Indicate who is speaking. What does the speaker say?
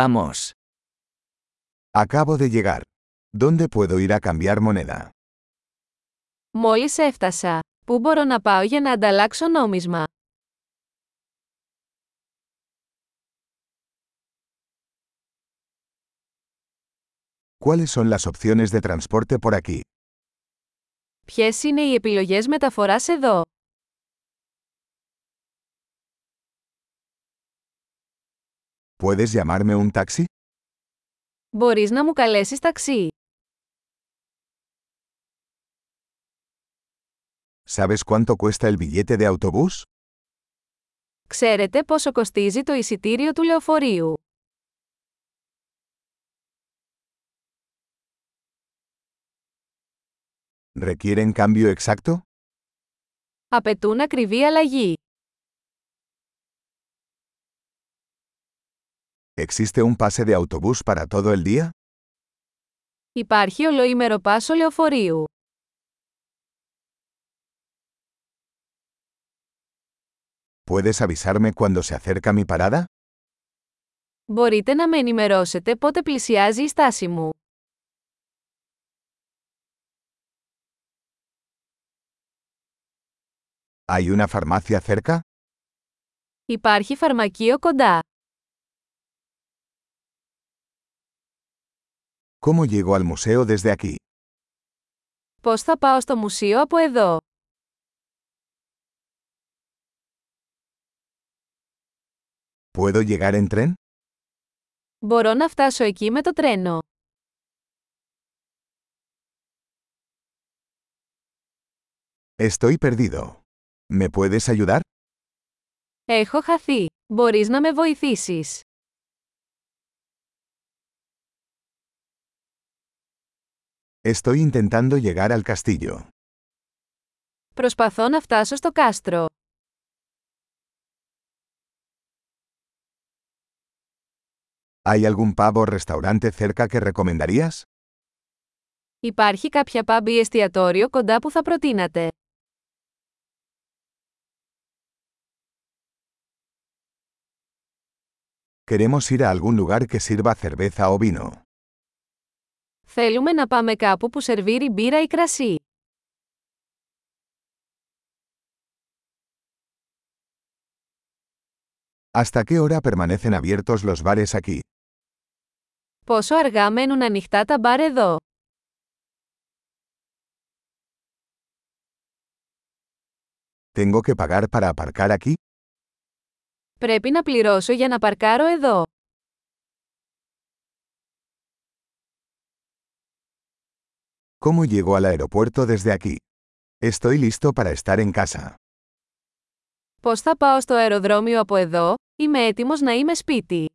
Speaker 1: Vamos.
Speaker 2: Acabo de llegar. ¿Dónde puedo ir a cambiar moneda?
Speaker 3: Μόλις έφτασα. Πού μπορώ να πάω για να ανταλλάξω νόμισμα.
Speaker 2: ¿Cuáles son las opciones de transporte por aquí?
Speaker 3: Ποιες είναι οι επιλογές μεταφοράς εδώ.
Speaker 2: ¿Puedes llamarme un taxi?
Speaker 3: Μπορείς να μου καλέσεις ταξί.
Speaker 2: ¿Sabes cuánto cuesta el billete de autobús?
Speaker 3: Ξέρετε πόσο κοστίζει το εισιτήριο του λεωφορείου.
Speaker 2: ¿Requieren cambio exacto?
Speaker 3: Απαιτούν ακριβή αλλαγή.
Speaker 2: ¿Existe un pase de autobús para todo el día?
Speaker 3: Υπάρχει ολοήμερο πάσο λεωφορείου.
Speaker 2: ¿Puedes avisarme cuando se acerca mi parada?
Speaker 3: Μπορείτε να με ενημερώσετε πότε πλησιάζει η στάση μου.
Speaker 2: ¿Hay una farmacia cerca?
Speaker 3: Υπάρχει φαρμακείο κοντά.
Speaker 2: ¿Cómo llego al museo desde aquí?
Speaker 3: Πώς θα πάω στο μουσείο από εδώ.
Speaker 2: ¿Puedo llegar en tren?
Speaker 3: Μπορώ να φτάσω εκεί με το τρένο.
Speaker 2: Estoy perdido. ¿Me puedes ayudar?
Speaker 3: Έχω χαθεί. Μπορείς να με βοηθήσεις.
Speaker 2: Estoy intentando llegar al castillo.
Speaker 3: Προσπαθώ να φτάσω στο κάστρο.
Speaker 2: ¿Hay algún pavo o restaurante cerca que recomendarías?
Speaker 3: Υπάρχει κάποια pub ή εστιατόριο κοντά που θα προτείνατε.
Speaker 2: Queremos ir a algún lugar que sirva cerveza o vino.
Speaker 3: Θέλουμε να πάμε κάπου που σερβίρει μπύρα ή κρασί.
Speaker 2: ¿Hasta qué hora permanecen abiertos los bares aquí?
Speaker 3: Πόσο αργά μένουν ανοιχτά τα μπαρ εδώ.
Speaker 2: ¿Tengo que pagar para aparcar aquí?
Speaker 3: Πρέπει να πληρώσω για να παρκάρω εδώ.
Speaker 2: ¿Cómo llego al aeropuerto desde aquí? Estoy listo para estar en casa.
Speaker 3: Πώς θα πάω στο αεροδρόμιο από εδώ, είμαι έτοιμος να είμαι σπίτι.